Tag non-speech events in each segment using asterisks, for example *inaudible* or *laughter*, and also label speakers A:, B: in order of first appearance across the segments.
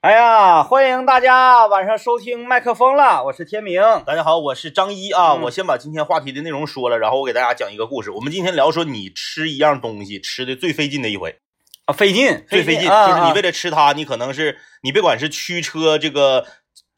A: 哎呀，欢迎大家晚上收听麦克风了，我是天明。
B: 大家好，我是张一啊。
A: 嗯
B: 我先把今天话题的内容说了，然后我给大家讲一个故事。我们今天聊说你吃一样东西吃的最费劲的一回，
A: 啊，费劲，
B: 最费劲
A: 啊
B: 就是你为
A: 啊
B: 了吃它，你可能是你别管是驱车这个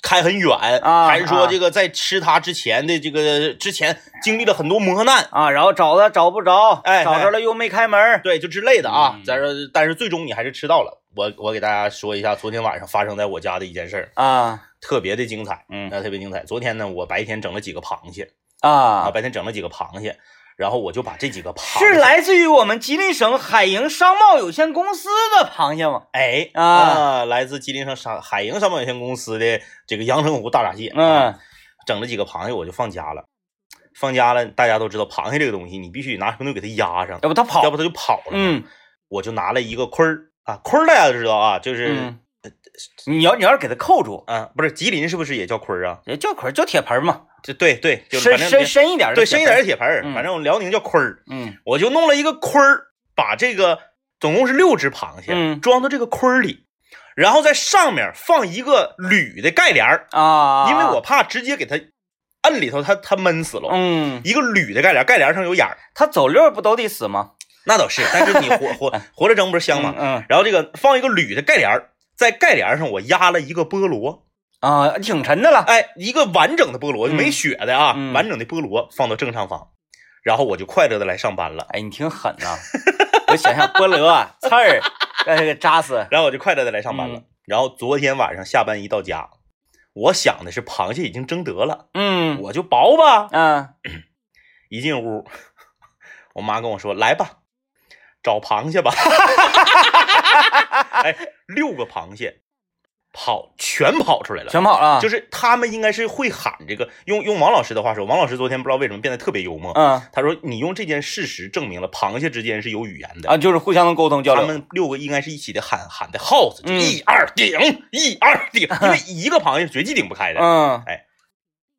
B: 开很远，
A: 啊
B: 还是说这个在吃它之前的这个之前经历了很多磨难，
A: 啊，然后找他找不着，
B: 哎
A: 找着了又没开门儿，
B: 对，就之类的啊
A: 嗯。
B: 咱说，但是最终你还是吃到了。我我给大家说一下昨天晚上发生在我家的一件事儿，
A: 啊，
B: 特别的精彩，
A: 嗯
B: 那特别精彩。昨天呢，我白天整了几个螃蟹啊，
A: 啊，
B: 白天整了几个螃蟹，然后我就把这几个螃蟹
A: 是来自于我们吉林省海盈商贸有限公司的螃蟹吗？
B: 哎
A: 啊
B: 来自吉林省商海盈商贸有限公司的这个阳澄湖大闸蟹，啊
A: 嗯，
B: 整了几个螃蟹，我就放家了。放家了，大家都知道螃蟹这个东西，你必须拿什么东西给它压上，
A: 要不他跑
B: 要，不它就跑了。，
A: 嗯
B: 我就拿了一个盔儿啊，盔儿大家都知道啊，就是
A: 嗯，你要你要是给他扣住，
B: 啊，不是吉林是不是也叫盔儿啊？
A: 也就可就铁盆嘛，
B: 这对对，就是
A: 深
B: 反正
A: 深深一点儿的
B: 对
A: 铁
B: 深一点
A: 盆
B: 的铁盆儿，
A: 嗯
B: 反正辽宁叫盔儿，
A: 嗯
B: 我就弄了一个盔儿，把这个总共是六只螃蟹、
A: 嗯
B: 装到这个盔儿里，然后在上面放一个铝的盖帘儿，
A: 啊，
B: 因为我怕直接给它摁里头它，它闷死了。
A: 嗯，
B: 一个铝的盖帘，盖帘上有眼儿，
A: 他走溜儿不都得死吗？
B: 那倒是，但是你 *laughs* 活活活着蒸不是香吗？
A: 嗯
B: 然后这个放一个铝的盖帘儿，在盖帘上我压了一个菠萝，
A: 嗯啊，挺沉的了，
B: 哎，一个完整的菠萝，
A: 嗯
B: 没血的啊，
A: 嗯
B: 完整的菠萝放到正上方，然后我就快乐的来上班了，
A: 哎，你挺狠呐、我想象菠萝啊刺儿，让他给扎死。
B: 然后我就快乐的来上班了。
A: 嗯
B: 然后昨天晚上下班一到家，我想的是螃蟹已经蒸得了，
A: 嗯
B: 我就薄吧，
A: 啊，
B: 一进屋， *laughs* 我妈跟我说：“来吧，找螃蟹吧。” *laughs* 哎，六个螃蟹跑全跑出来了，
A: 全跑了。
B: 就是是他们应该是会喊这个。用用王老师的话说，王老师昨天不知道为什么变得特别幽默，
A: 嗯
B: 他说：“你用这件事实证明了螃蟹之间是有语言的。
A: 啊，就是互相能沟通交
B: 他
A: 流。
B: 们六个应该是一起的喊喊的耗子，就
A: 嗯
B: 一二顶，一二顶， *laughs* 因为一个螃蟹是绝技顶不开的，
A: 嗯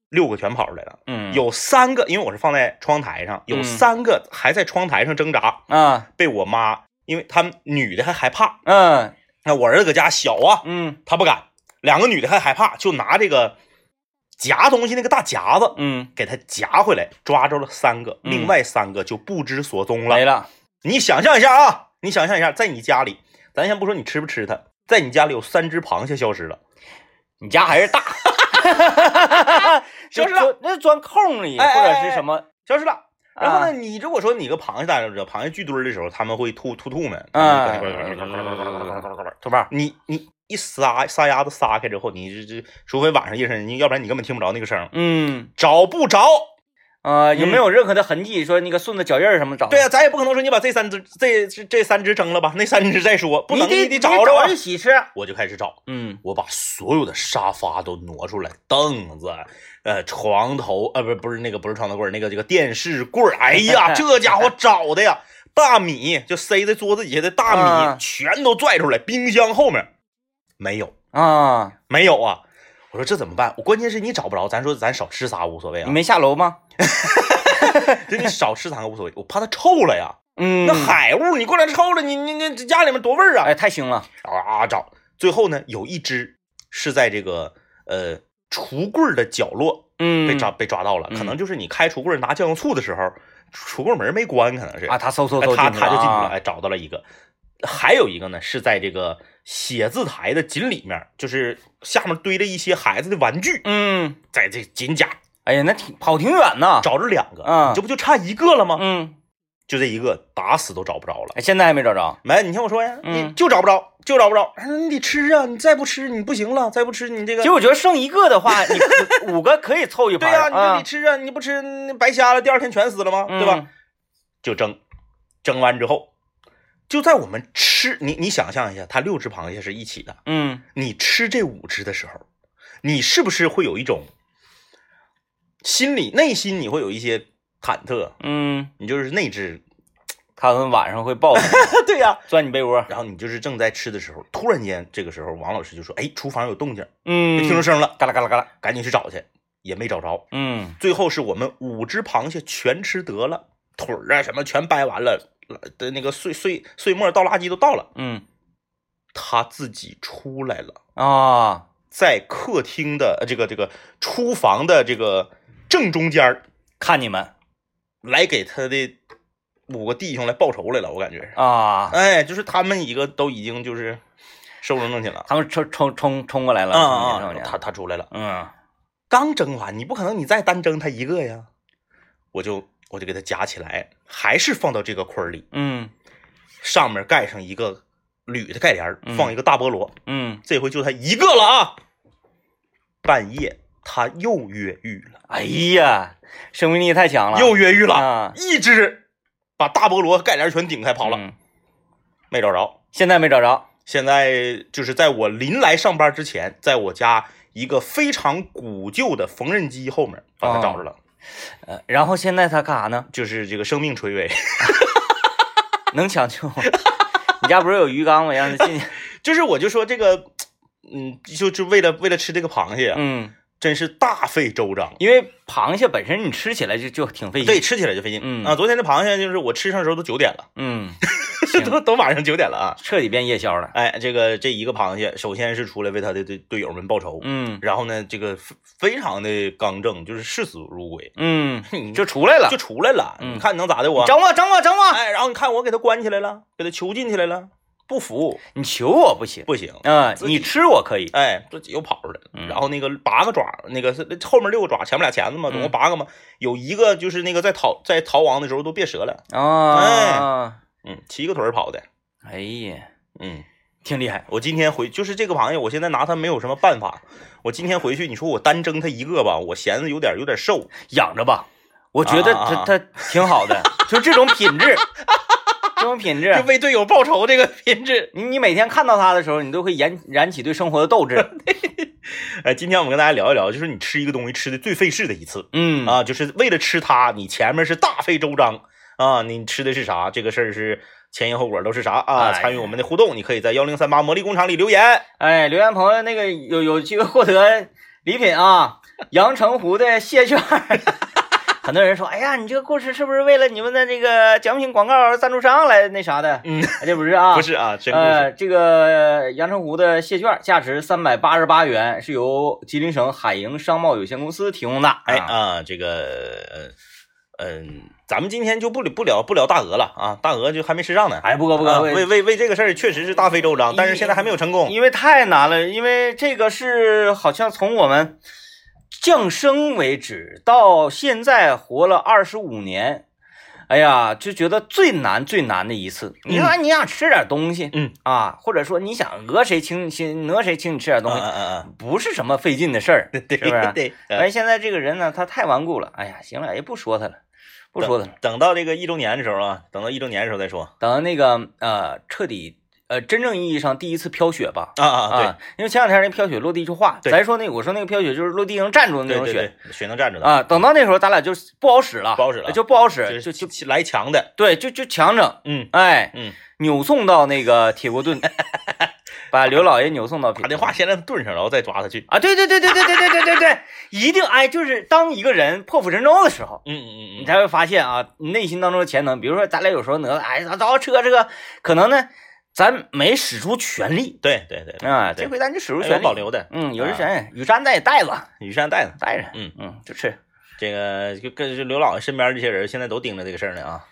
B: 六个全跑出来了。
A: 嗯
B: 有三个，因为我是放在窗台上，有
A: 嗯
B: 三个还在窗台上挣扎，
A: 啊
B: 被我妈，因为他们女的还害怕，
A: 嗯
B: 那我儿子搁家小啊，
A: 嗯
B: 他不敢，两个女的还害怕，就拿这个夹东西那个大夹子
A: 嗯，
B: 给他夹回来，抓着了三个，
A: 嗯
B: 另外三个就不知所踪了。
A: 没了。
B: 你想象一下啊，你想象一下，在你家里，咱先不说你吃不吃它，在你家里有三只螃蟹消失了，
A: 你家还是大，
B: 消失了
A: 就钻，那钻空里
B: 哎
A: 或
B: 哎
A: 者
B: 哎
A: 是什么？
B: 消失了。然后
A: 啊
B: 呢，？你如果说你个螃蟹，大家都知道，螃蟹聚堆儿的时候，他们会吐吐吐沫。
A: 嗯
B: 豆瓣，你你一撒撒丫子撒开之后，你这这，除非晚上夜深人静，要不然你根本听不着那个声儿，
A: 嗯
B: 找不着。
A: 啊，有没有任何的痕迹？说那个顺着脚印儿什么找？
B: 对呀、啊咱也不可能说你把这三只这这这三只蒸了吧，那三只再说，不
A: 你
B: 能
A: 得
B: 得
A: 你
B: 找着啊
A: 一。起吃。
B: 我就开始找，
A: 嗯
B: 我把所有的沙发都挪出来，凳子，呃，床头，呃，不，不是那个，不是床头柜儿，那个这个电视柜儿。哎
A: *laughs*
B: 呀，这家伙找的呀，大米就塞在桌子底下的大米、
A: 啊
B: 全都拽出来，冰箱后面没有，
A: 啊，
B: 没有啊！我说这怎么办？我关键是你找不着，咱说咱少吃仨无所谓
A: 你
B: 啊，
A: 没下楼吗？
B: 就你少吃三个无所谓，我怕它臭了呀。
A: 嗯，
B: 那海物你过来臭了，你你你这家里面多味儿啊！
A: 哎，太腥了。
B: 啊找，最后呢有一只是在这个呃橱柜儿的角落
A: 嗯，
B: 被抓、被抓到了，可能就是你开橱柜儿拿酱油醋的时候，橱柜门没关，可能是
A: 啊，他嗖嗖
B: 哎
A: 嗖
B: 他他就进去了，
A: 啊
B: 哎，找到了一个。还有一个呢，是在这个写字台的锦里面，就是下面堆了一些孩子的玩具，
A: 嗯，
B: 在这锦甲
A: 哎呀，那挺跑挺远呐。
B: 找着两个，
A: 嗯
B: 你这不就差一个了吗？
A: 嗯，
B: 就这一个，打死都找不着了。
A: 哎现在还没找着。
B: 没，你听我说呀，
A: 嗯
B: 你就找不着，就找不着。哎你得吃啊，你再不吃你不行了，再不吃你这个
A: 其实我觉得剩一个的
B: *laughs*
A: 话，你可五个可以凑一盘
B: 对
A: 儿。
B: 呀、你就得吃啊，你不吃那白瞎了，第二天全死了吗？
A: 嗯
B: 对吧？？就蒸，蒸完之后，就在我们吃，你你想象一下，它六只螃蟹是一起的，
A: 嗯，
B: 你吃这五只的时候，你是不是会有一种心里内心你会有一些忐忑？
A: 嗯，
B: 你就是那只，
A: 他们晚上会报复你
B: *laughs* 对呀、
A: 钻你被
B: *laughs*
A: 窝。
B: 然后你就是正在吃的时候，突然间这个时候，王老师就说：“哎，厨房有动静，
A: 嗯，
B: 听着声了，
A: 嘎啦嘎啦嘎啦。
B: 赶紧去找去。”也没找着，
A: 嗯，
B: 最后是我们五只螃蟹全吃得了，腿儿啊什么全掰完了，呃的那个碎碎碎末倒垃圾都倒了，
A: 嗯
B: 他自己出来了，
A: 啊，
B: 在客厅的呃这个这个厨房的这个正中间儿
A: 看你们
B: 来给他的五个弟兄来报仇来了，我感觉是。
A: 啊，
B: 哎，就是他们一个都已经就是收拾弄去了。
A: 他们冲冲冲冲过来了，
B: 啊
A: 冲
B: 啊
A: 进！去
B: 他他出来了，
A: 嗯，
B: 刚蒸完，你不可能你再单蒸他一个呀。我就我就给它夹起来，还是放到这个筐里，
A: 嗯
B: 上面盖上一个铝的盖帘儿，
A: 嗯
B: 放一个大菠萝。
A: 嗯，
B: 这回就他一个了啊！半夜他又越狱了，
A: 哎呀，生命力太强了，
B: 又越狱了，
A: 啊，
B: 一只把大菠萝盖帘全顶开跑了，
A: 嗯
B: 没找着。
A: 现在没找着，
B: 现在就是在我临来上班之前，在我家一个非常古旧的缝纫机后面把
A: 哦
B: 它找着了，
A: 呃，然后现在他干啥呢？
B: 就是这个生命垂危， *laughs*
A: 能抢救吗？ *laughs* 你家不是有鱼缸吗？让他进去。
B: 就是我就说这个，嗯，就就为了为了吃这个螃蟹啊，
A: 嗯，
B: 真是大费周章。
A: 因为螃蟹本身你吃起来就就挺费劲。
B: 对，，吃起来就费劲。
A: 嗯
B: 啊，昨天这螃蟹就是我吃上的时候都九点了，
A: 嗯，
B: *laughs* 都都晚上九点了啊。
A: 彻底变夜宵了。
B: 哎，这个这一个螃蟹，首先是出来为他的队队友们报仇，
A: 嗯
B: 然后呢，这个非非常的刚正，就是视死如
A: *laughs*
B: 归，
A: 嗯，
B: 你
A: 就出来了
B: 就。出来了。
A: 嗯
B: 你看能咋的我？
A: 整我整我整我！
B: 哎，然后你看我给他关起来了，给他囚禁起来了，不服
A: 你求我不行，*laughs*
B: 不行。
A: 嗯、
B: 自己
A: 你吃我可以。
B: 哎，这又跑出来
A: 嗯
B: 了，然后那个八个爪，那个是后面六个爪，前面俩钳子
A: 嗯
B: 嘛，总共八个嘛，有一个就是那个在逃在逃亡的时候都别折了，
A: 啊，
B: 嗯，七个腿儿跑的，
A: 哎呀，
B: 嗯，
A: 挺厉害。
B: 我今天回就是这个螃蟹，我现在拿它没有什么办法，我今天回去你说我单蒸它一个吧，我嫌着有点有点瘦，
A: 养着吧，我觉得
B: 啊啊啊
A: 它它挺好
B: *laughs*
A: 的，就这种品质，这种品质
B: 就。为队友报仇这个品质。
A: 你你每天看到它的时候，你都会燃燃起对生活的斗志。
B: 哎，今天我们跟大家聊一聊，就是你吃一个东西吃的最费事的一次 *laughs*
A: 嗯，
B: 啊，就是为了吃它，你前面是大费周章啊，你吃的是啥？这个事儿是前因后果都是啥啊？
A: 哎
B: 参与我们的互动，你可以在幺零三八魔力工厂里留言。
A: 哎，留言朋友那个有有机会获得礼品啊，阳澄湖的蟹券儿。 *laughs* 很多人说，哎呀，你这个故事是不是为了你们的这个奖品广告赞助商来那啥的？
B: 嗯
A: 哎，这不是啊，
B: 不是啊，真不是。
A: 呃，这个阳澄湖的蟹券价值三百八十八元，是由吉林省海盈商贸有限公司提供的。
B: 哎
A: 啊，
B: 啊，这个，呃嗯，咱们今天就不聊不聊不聊大鹅了啊，大鹅就还没吃上呢。
A: 哎，不哥不
B: 啊
A: 哥，
B: 为为为这个事儿确实是大费周章，但是现在还没有成功。
A: 因为太难了，因为这个是好像从我们降生为止到现在活了二十五年，哎呀，就觉得最难最难的一次。你说你想吃点东西，
B: 嗯
A: 啊，或者说你想讹谁请请讹谁请你吃点
B: 嗯
A: 东西，
B: 嗯嗯
A: 不是什么费劲的事儿，
B: *laughs* 嗯，对
A: 是不是
B: 对。呃
A: 但是现在这个人呢，他太顽固了。哎呀，行了，也不说他了，不说他了。
B: 等到这个一周年的时候啊，等到一周年的时候再说
A: 等那个呃，彻底呃，真正意义上第一次飘雪吧。
B: 啊啊对
A: 啊，因为前两天那飘雪落地就化，
B: 对
A: 咱说那我说那个飘雪就是落地能站住的那
B: 对
A: 种
B: 对
A: 雪
B: 对，雪能站着的，
A: 啊。等到那时候咱俩就是不好使了，
B: 不好使了
A: 就不好使，
B: 就
A: 就是就
B: 就来强的，
A: 对，就就强整，
B: 嗯，
A: 哎，
B: 嗯，
A: 扭送到那个铁锅
B: *laughs*
A: 炖，把刘老爷扭送到铁
B: 打电话先让他炖上，然后再抓他去。
A: 啊，对对对对对对对对对对，一定哎，就是当一个人破釜沉舟的时候。
B: 嗯嗯嗯，
A: 你才会发现啊，你内心当中的潜能，比如说咱俩有时候哪，哎，咱咱车这个，可能呢，咱没使出全力
B: 对对对，
A: 啊，
B: 嗯对
A: 这回咱就使出
B: 还
A: 全
B: 有
A: 力，
B: 保留的，
A: 嗯，有人
B: 啊
A: 选，雨山在带吧，
B: 羽扇带子。
A: 带着，
B: 嗯
A: 嗯，就吃。
B: 这个就跟就刘老爷身边这些人现在都盯着这个事儿呢啊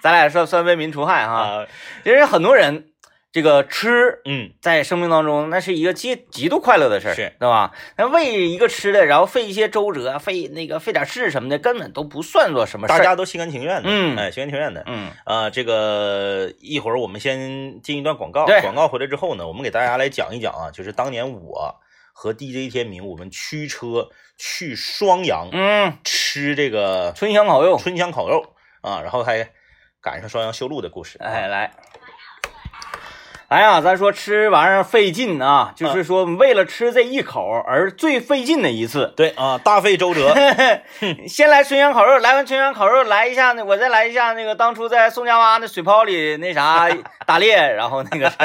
A: 咱俩算算为民除害哈，
B: 啊，
A: 其实很多人这个吃
B: 嗯，
A: 在生命当中那是一个极极度快乐的事儿，
B: 是
A: 对吧？那为一个吃的，然后费一些周折，费那个费点事什么的，根本都不算作什么事儿。
B: 大家都心甘情愿的，
A: 嗯
B: 哎，心甘情愿的，
A: 嗯，
B: 啊，这个一会儿我们先进一段广告，
A: 对
B: 广告回来之后呢，我们给大家来讲一讲啊，就是当年我和 DJ 天明，我们驱车去双阳、
A: 嗯，
B: 吃这个
A: 春香烤肉，
B: 春香烤
A: 哎
B: 肉啊，然后还赶上双阳修路的故事。
A: 哎，来，哎呀，咱说吃玩意儿费劲啊，就是说为了吃这一口而最费劲的一次。
B: 对啊，大费
A: *laughs*
B: 周折。
A: 先来纯阳烤肉，来完纯阳烤肉，来一下呢，我再来一下那个当初在宋家洼那水泡里那 *laughs* 啥打猎，然后 *laughs* 那个啥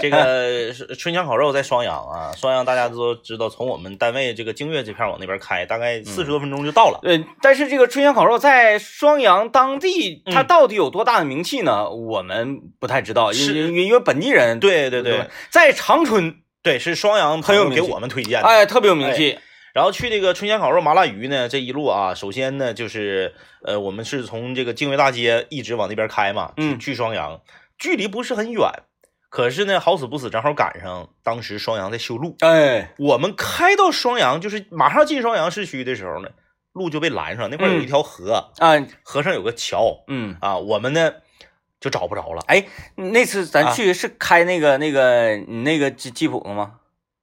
B: 这个是春江烤肉在双阳啊，双阳大家都知道，从我们单位这个经岳这片儿往那边开，大概四十
A: 嗯
B: 多分钟就到了。
A: 对，但是这个春阳烤肉在双阳当地，它
B: 嗯
A: 到底有多大的名气呢？我们不太知道，因
B: 是
A: 因因为本地人
B: 对对对
A: 吧在长春，
B: 对，是双阳
A: 很有
B: 朋友
A: 名
B: 给
A: 气
B: 我们推荐的。
A: 哎，特别有名气。
B: 然后去这个春江烤肉麻辣鱼呢，这一路啊，首先呢就是呃，我们是从这个经岳大街一直往那边开嘛，
A: 嗯
B: 去去双阳，距离不是很远，可是呢好死不死正好赶上当时双阳在修路，
A: 哎，
B: 我们开到双阳就是马上进双阳市区的时候呢，路就被拦上，那块儿有一条河，
A: 啊，
B: 河上有个桥
A: 嗯，
B: 啊，我们呢就找不着了，
A: 哎，那次咱
B: 啊
A: 去是开那个、那个你那个吉吉普了吗？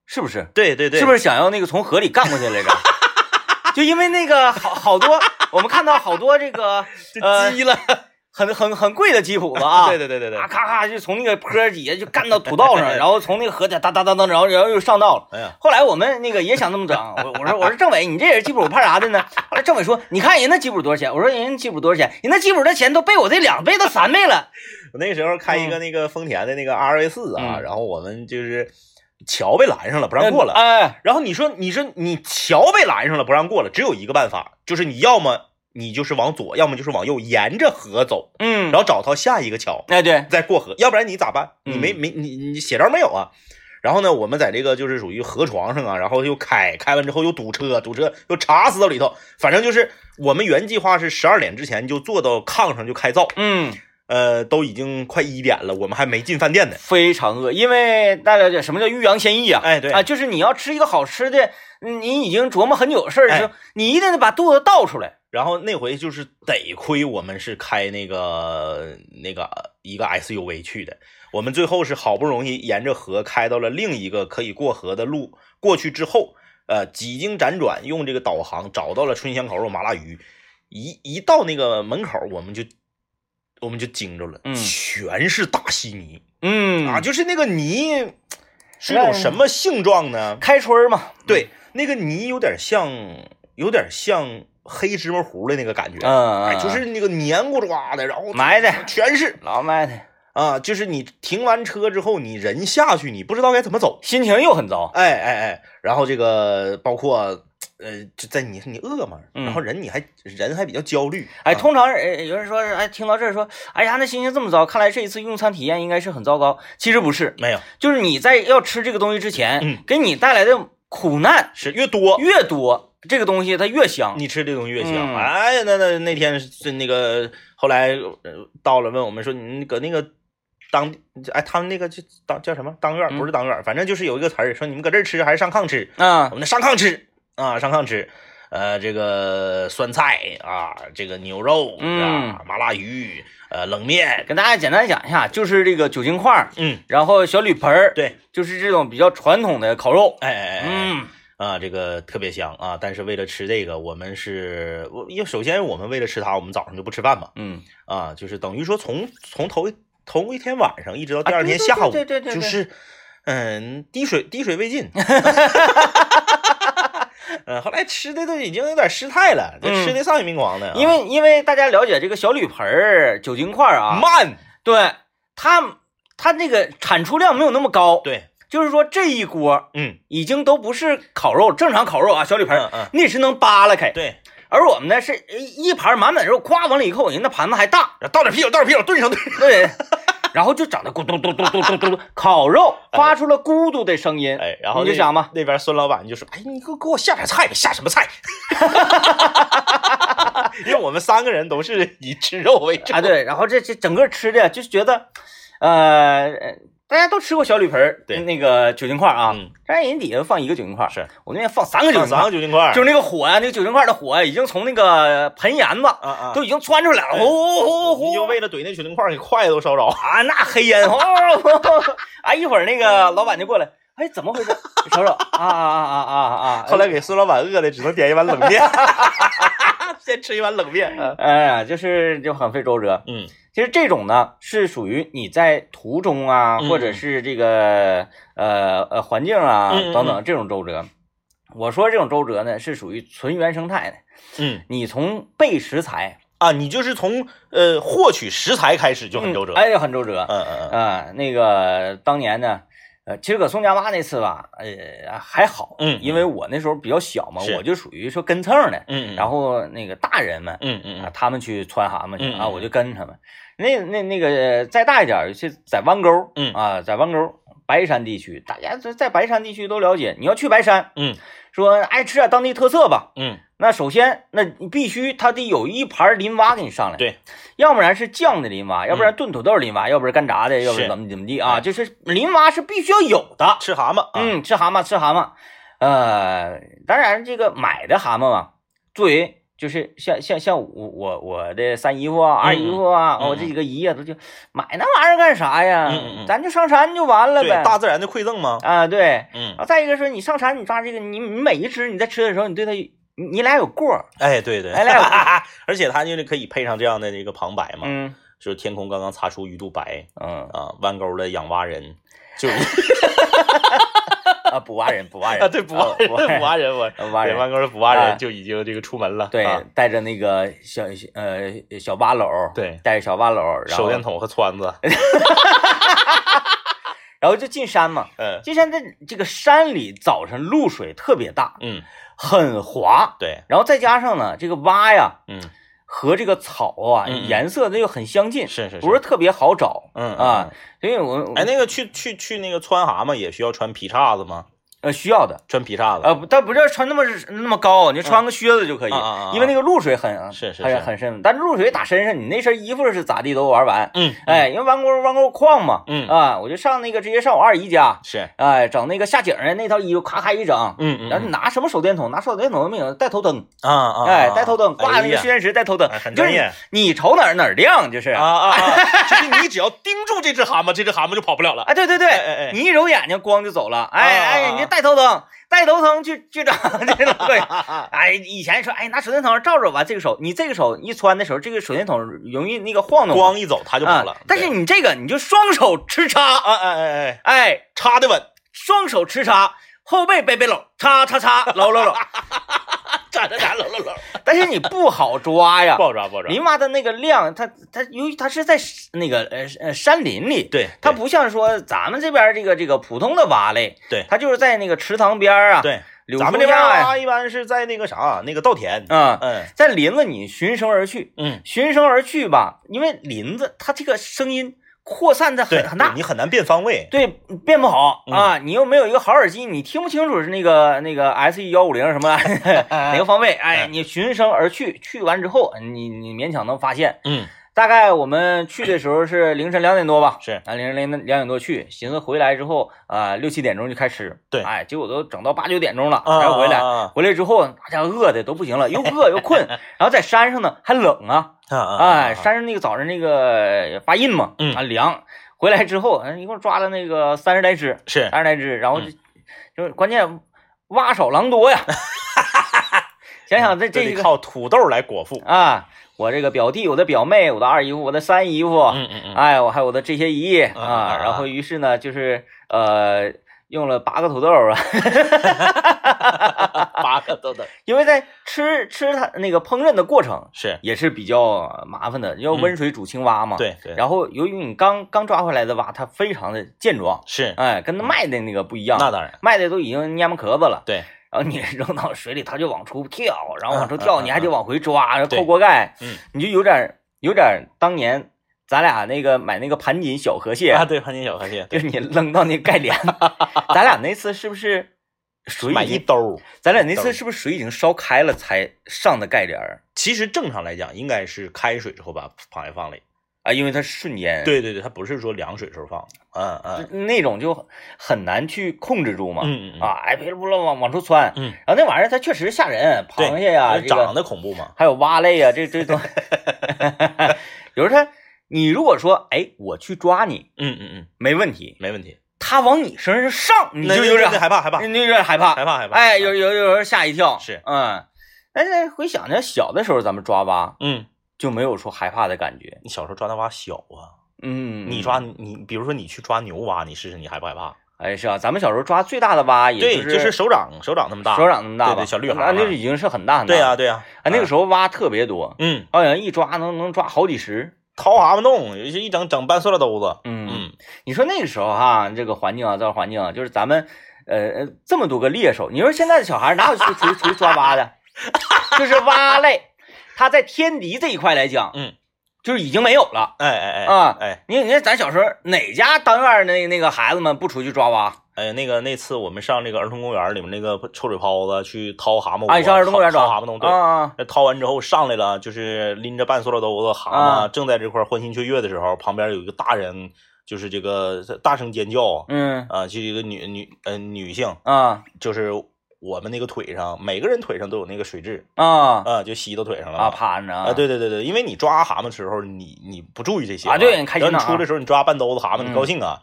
A: 是不是？
B: 对对对，
A: 是不是想要那个从河里干过去来 *laughs* 着？就因为那个好好多，我们看到好多 *laughs* 这个呃
B: 急了？
A: 很很很贵的吉普了 *laughs* 啊，
B: 对对对对对
A: 啊，，咔咔就从那个坡底下就干到土道 *laughs* 上，然后从那个河底下哒哒哒哒，然后然后又上道了。
B: 哎呀，
A: 后来我们那个也想这么 *laughs* 整，我我说我说政委，你这人吉普怕啥的 *laughs* 呢？后来政委说，你看人那吉普多少钱？我说人家吉普多少钱？人那吉普的钱都被我这两倍到三倍了。
B: 我那时候开一个那个丰田的那个 RV 四啊，
A: 嗯
B: 然后我们就是桥被拦上了，不让过了。
A: 哎，
B: 呃啊然后你说，你说你桥被拦上了，不让过了，只有一个办法，就是你要么你就是往左，要么就是往右，沿着河走，
A: 嗯
B: 然，后找到下一个桥
A: 哎对，
B: 再过河，要不然你咋办？
A: 嗯
B: 你没没你你写照没有啊？然后呢，我们在这个就是属于河床上啊，然后又开开完之后又堵车，堵车又查死到里头，反正就是我们原计划是十二点之前就坐到炕上就开造，
A: 嗯，
B: 呃，都已经快一点了，我们还没进饭店呢。
A: 非常饿，因为大家了解什么叫欲扬先抑啊？
B: 哎对
A: 啊，就是你要吃一个好吃的，嗯你已经琢磨很久的事儿的时候，
B: 哎
A: 你一定得把肚子倒出来。
B: 然后那回就是得亏我们是开那个那个一个 SUV 去的，我们最后是好不容易沿着河开到了另一个可以过河的路，过去之后，呃，几经辗转，用这个导航找到了春香烤肉麻辣鱼，一一到那个门口，我们就我们就惊着了，
A: 嗯
B: 全是大稀泥、
A: 嗯啊
B: 啊，就是那个泥是一种什么性状呢？
A: 开春儿嘛，
B: 对，那个泥有点像，有点像黑芝麻糊的那个感觉。
A: 嗯，
B: 哎，就是那个黏糊抓的，然后
A: 埋汰
B: 全是
A: 老麦的
B: 啊，就是你停完车之后，你人下去，你不知道该怎么走，
A: 心情又很糟。
B: 哎哎哎，然后这个包括呃，就在你你饿嘛，
A: 嗯
B: 然后人你还人还比较焦虑，
A: 哎，
B: 啊
A: 通常呃有人说是，哎，听到这儿说，哎呀，那心情这么糟，看来这一次用餐体验应该是很糟糕。其实不是，
B: 没有
A: 就是你在要吃这个东西之前，
B: 嗯
A: 给你带来的苦难
B: 是越多。
A: 越多，这个东西它越香。
B: 你吃这东西越香，
A: 啊嗯
B: 哎呀，那那那天是那个后来呃到了问我们说你搁那个当哎他们那个就当叫什么当院儿
A: 嗯
B: 不是当院儿，反正就是有一个词儿说你们搁这儿吃还是上炕吃，
A: 啊
B: 我，们得上炕吃啊，上炕吃。呃，这个酸菜啊，这个牛肉啊，
A: 嗯
B: 麻辣鱼，呃，冷面，
A: 跟大家简单讲一下，就是这个酒精块儿，
B: 嗯，
A: 然后小铝盆儿，
B: 对，
A: 就是这种比较传统的烤肉。
B: 哎哎哎，
A: 嗯，
B: 啊，这个特别香啊。但是为了吃这个，我们是，我因为首先我们为了吃它，我们早上就不吃饭嘛，
A: 嗯，
B: 啊，就是等于说从从头一头一天晚上一直到第
A: 啊
B: 二
A: 对
B: 天
A: 对
B: 下
A: 对
B: 午，
A: 对对对
B: 就
A: 对
B: 是嗯滴水滴水未
A: *laughs*
B: 进。嗯，后来吃的都已经有点失态了，这吃
A: 嗯
B: 的丧心病狂的啊，
A: 因为因为大家了解这个小铝盆儿、酒精块儿啊，
B: 慢，
A: 对它它那个产出量没有那么高，
B: 对，
A: 就是说这一锅
B: 嗯。
A: 已经都不是烤肉，正常烤肉啊，小铝盆儿
B: 嗯嗯
A: 那是能扒拉开，
B: 对，
A: 而我们呢是呃一盘满满肉，咵往里一扣，人那盘子还大，
B: 然后倒点啤酒，倒点啤酒，炖上炖上。 *laughs*
A: 对，然后就整的咕嘟嘟嘟嘟嘟嘟嘟，烤肉发出了咕嘟的声音，
B: 哎，然后
A: 你就
B: 那
A: 想吧，
B: 那边孙老板就说：“哎，你给我给我下点菜呗，下什么菜？” *laughs* 因为我们三个人都是以吃肉为
A: *laughs*
B: 主。
A: 啊，对，然后这这整个吃的就是觉得，呃，呃大家都吃过小铝盆儿，
B: 对
A: 那个酒精块儿啊，
B: 嗯
A: 但是人底下放一个酒精块儿，
B: 是
A: 我那边放三个酒精块
B: 啊三
A: 儿，
B: 个酒精块儿，
A: 就是那个火呀、那个酒精块儿的火呀、已经从那个盆沿子
B: 啊啊，
A: 都已经窜出来了，
B: 哎
A: 呼呼
B: 你
A: 呼
B: 就
A: 呼。
B: 为了怼那酒精块儿，给筷子都烧着。
A: 哦啊，那黑
B: *laughs*
A: 烟，哦， *laughs* 啊，一会儿那
B: 嗯
A: 个老板就过来，哎，怎么回事？ *laughs* 瞅瞅，啊啊啊啊啊啊！
B: 后来给孙老板饿的，只能点一碗冷面。 *laughs* 先吃一碗冷面。嗯
A: 哎呀，就是就很费周折。
B: 嗯
A: 其实这种呢，是属于你在途中啊，
B: 嗯
A: 或者是这个呃呃环境啊
B: 嗯嗯嗯
A: 等等这种周折。我说这种周折呢，是属于纯原生态的。
B: 嗯
A: 你从备食材
B: 啊，你就是从呃获取食材开始就很周折。
A: 嗯哎，很周折。
B: 嗯嗯嗯
A: 啊、那个当年呢，呃，其实搁宋家洼那次吧，呃，还好，
B: 嗯嗯
A: 因为我那时候比较小嘛，
B: 是
A: 我就属于说跟蹭的，
B: 嗯，
A: 然后那个大人们
B: 嗯嗯
A: 啊
B: 嗯，
A: 他们去穿蛤蟆去
B: 嗯嗯
A: 啊，
B: 嗯
A: 我就跟着他们。那那那个再大一点儿，是在湾沟，
B: 嗯
A: 啊，在湾沟白山地区，大家在在白山地区都了解，你要去白山，
B: 嗯
A: 说哎吃点当地特色吧，
B: 嗯
A: 那首先，那你必须它得有一盘林蛙给你上来，
B: 对，嗯
A: 要不然是酱的林蛙，要不然炖土豆林蛙，要不然干炸的，要不然怎么怎么地啊，
B: 哎
A: 就是林蛙是必须要有的。
B: 吃蛤蟆啊，
A: 嗯，吃蛤蟆，吃蛤蟆，呃，当然这个买的蛤蟆嘛，作为就是像像像我我我的三姨夫啊、二姨夫啊，
B: 嗯
A: 我、这几个姨啊，都就买那玩意儿干啥呀？
B: 嗯嗯嗯
A: 咱就上山就完了
B: 对，
A: 呗。
B: 大自然的馈赠吗？
A: 啊，对。
B: 嗯
A: 啊，，再一个说你上山，你抓这个，你你每一只你在吃的时候，你对它，你你俩有过儿，
B: 哎，对对，
A: 哎来我
B: *laughs* 而且它就是可以配上这样的一个旁白嘛，
A: 嗯
B: 就是天空刚刚擦出鱼肚白
A: 嗯
B: 啊，弯钩的养蛙人，
A: *laughs*
B: 就
A: 啊，捕蛙人，捕蛙人
B: *laughs* 啊，对，捕蛙人，捕
A: *laughs*
B: 蛙人，我
A: 人，捕蛙
B: 对，
A: 人，
B: 弯钩的捕蛙
A: 哎
B: 人就已经这个出门了，
A: 对
B: 啊，
A: 带着那个小呃小蛙篓，，
B: 对，
A: 带着小蛙篓，然
B: 手
A: 后
B: 电筒和撺
A: *laughs*
B: 子，
A: 然后就进山嘛，
B: 嗯
A: 进山这这个山里早晨露水特别大，
B: 嗯，
A: 很滑，
B: 对，
A: 然后再加上呢，这个蛙呀
B: 嗯
A: 和这个草啊
B: 嗯嗯
A: 颜色它又很相近，
B: 是是
A: 不是特别好找
B: 嗯
A: 啊，，所以我
B: 哎，那个去去去那个穿蛤蟆也需要穿皮叉子吗？
A: 呃需要的。
B: 穿皮叉子，
A: 呃，不但不是穿那么那么高，你就穿个靴子就可以，
B: 啊啊啊啊
A: 因为那个露水很
B: 是是
A: 很
B: 是
A: 很深，但是露水打身上，你那身衣服是咋地都玩完。
B: 嗯，
A: 哎，因为弯钩弯钩矿嘛，
B: 嗯
A: 啊，我就上那个直接上我二姨家，
B: 是，
A: 哎，整那个下井的那套衣服，咔咔一整。
B: 嗯嗯
A: 然后你拿什么手电筒？拿手电筒都没有，带头灯，
B: 啊啊，
A: 哎，带头灯，挂那
B: 哎
A: 个
B: 呀
A: 实验室带头灯
B: 哎，很
A: 就是 *laughs*
B: 专业
A: 你你瞅哪儿哪儿亮，就是。
B: 啊啊啊！就是你只要盯住这只蛤蟆，这 *laughs* 只蛤蟆就跑不了了。
A: 哎，对对
B: 哎哎
A: 对，
B: 哎
A: 你一揉眼睛，光就走了。哎
B: 啊啊
A: 哎，
B: 啊
A: 你就带头灯，带头灯去去找这个
B: *laughs*
A: 对。哎，以前说，哎，拿手电筒照着吧，这个手，你这个手一穿的时候，这个手电筒容易那个晃动，
B: 光一走，它就跑了
A: 啊。。但是
B: 对
A: 你这个，你就双手持叉，
B: 啊哎哎哎，
A: 哎，
B: 插
A: *laughs*
B: 的稳，
A: 双手持叉，后背背背篓，叉叉叉，搂
B: *laughs*
A: 搂搂。
B: 站着站着搂搂搂，
A: 但是你不好抓呀
B: 不，好抓不好抓。
A: 林蛙的那个量，它它由于它是在那个呃呃山林里，
B: 对，
A: 它
B: 对
A: 不像说咱们这边这个这个普通的蛙类，
B: 对
A: 它就是在那个池塘边儿啊，，
B: 对，
A: 柳
B: 咱们
A: 树
B: 这边
A: 下呀，
B: 啊，一般是在那个啥，那个稻田。
A: 啊，
B: 嗯
A: 在林子你循声而去，
B: 嗯，
A: 循声而去吧，因为林子它这个声音扩散的
B: 对
A: 很，很大
B: 对，你很嗯难变方位。
A: 对，变不好啊！你又没有一个好耳机，你听不清楚是那个那个 S E 幺五零什么 *laughs* 哪个方位。哎，你循声而去，去完之后，你你勉强能发现。
B: 嗯
A: 大概我们去的时候是凌晨两点多吧，
B: 是
A: 啊，凌晨两点两点多去，寻思回来之后啊六七点钟就开吃，
B: 对
A: 哎，结果都整到八九点钟了
B: 啊
A: 才回来。
B: 啊
A: 回来之后，大家饿的都不行了，又饿又
B: *laughs*
A: 困，然后在山上呢还冷啊，
B: 啊啊！
A: 哎，山上那个早上那个发印嘛，
B: 嗯
A: 啊凉，回来之后，嗯一共抓了那个三十来只，
B: 是
A: 三十来只，然后
B: 嗯
A: 就、就是关键蛙少狼多
B: *laughs*
A: 呀，想想这这
B: 哎嗯这
A: 一
B: 得
A: 个
B: 靠土豆来果腹。
A: 啊，我这个表弟，我的表妹，我的二姨夫，我的三姨夫，
B: 嗯嗯嗯，
A: 哎，我还有我的这些姨
B: 啊啊
A: 啊
B: 啊，
A: 然后于是呢，就是呃。用了八个土豆啊， *laughs*
B: *laughs* 八个都得
A: 因为在吃吃它那个烹饪的过程
B: 是，啊
A: 也是比较麻烦的，要温水煮青蛙嘛。
B: 嗯对啊对，
A: 然后由于你刚刚抓回来的蛙，它非常的健壮，
B: 是
A: 哎，跟它卖的那个不一样，
B: 嗯那当然，
A: 卖的都已经蔫巴壳子了。 *laughs*
B: 对，
A: 然后你扔到水里，它就往出跳，然后往出
B: 嗯
A: 跳，
B: 嗯
A: 你还得往回抓，然后
B: 对
A: 扣锅盖，
B: 嗯，
A: 你就有点有点当年咱俩那个买那个盘锦小河蟹，
B: 啊对，潘金小螃蟹，
A: 就
B: 对，
A: 是你扔到那个盖帘，
B: *laughs*
A: 咱俩那次是不是水
B: 买
A: 已
B: 一
A: 经？
B: 兜。
A: 咱俩那次
B: 兜
A: 是不是水已经烧开了才上的盖帘儿
B: 其实正常来讲，应该是开水之后把螃蟹放里。
A: 啊？因为它瞬间，呃
B: 对对对，它不是说凉水时候放的。嗯嗯
A: 那种就很难去控制住嘛。
B: 嗯嗯嗯
A: 啊，哎，噼里扑啦往往出窜，
B: 嗯，
A: 然后那玩意儿它确实吓人，
B: 对
A: 螃蟹呀、
B: 它
A: 这个
B: 长得恐怖嘛。
A: 还有蛙类呀、这这都，
B: *laughs*
A: 有时候它，你如果说，哎，我去抓你
B: 嗯嗯嗯，
A: 没问题，
B: 没问题。
A: 它往你身上上，你
B: 那
A: 就
B: 那
A: 有
B: 那
A: 点
B: 那害怕害怕 *laughs*
A: 哎你就有点害怕，
B: 害怕害怕。
A: 哎，有有有时候吓一跳，
B: 是
A: 嗯。哎，哎回想着小的时候咱们抓蛙
B: 嗯，
A: 就没有说害怕的感觉。
B: 你小时候抓那蛙小啊，
A: 嗯，
B: 你抓你，比如说你去抓牛蛙，你试试你害不害怕？
A: 哎是啊，咱们小时候抓最大的蛙也
B: 对，就是是手掌手掌那么大，
A: 手掌那么大吧，
B: 对对小绿
A: 那
B: 孩
A: 那就已经是很大很大。
B: 对呀、啊嗯对呀、
A: 哎，那个时候蛙特别多，
B: 嗯，
A: 好像一抓能能抓好几十。
B: 掏蛤蟆洞，有些一整整半塑料兜子，
A: 嗯
B: 嗯
A: 你说那个时候哈、这个环境啊，造环境啊，就是咱们呃呃这么多个猎手，你说现在的小孩哪有去出去出去抓蛙的？ *laughs* 就是蛙类，它在天敌这一块来讲，
B: 嗯，
A: 就是已经没有了。
B: 哎哎哎
A: 啊
B: 哎
A: 你你看咱小时候哪家单院那那个孩子们不出去抓蛙？
B: 哎，那个那次我们上那个儿童公园里面那个臭水泡子去掏蛤蟆窝，
A: 啊，你上儿童公园
B: 掏
A: 抓
B: 掏蛤蟆洞，对。
A: 啊，
B: 那掏完之后上来了，就是拎着半塑料兜子蛤蟆，
A: 啊
B: 正在这块欢欣雀跃的时候，旁边有一个大人，就是这个大声尖叫，
A: 嗯
B: 啊，就一个女女呃女性，
A: 啊
B: 就是我们那个腿上，每个人腿上都有那个水蛭
A: 啊
B: 啊，就吸到腿上了
A: 啊，趴着
B: 啊，
A: 啊，
B: 对对对对，因为你抓蛤蟆的时候，你你不注意这些
A: 啊
B: 嘛
A: 对你开心呢
B: 然后你出
A: 啊
B: 的时候，你抓半兜子蛤蟆，你
A: 嗯
B: 高兴啊。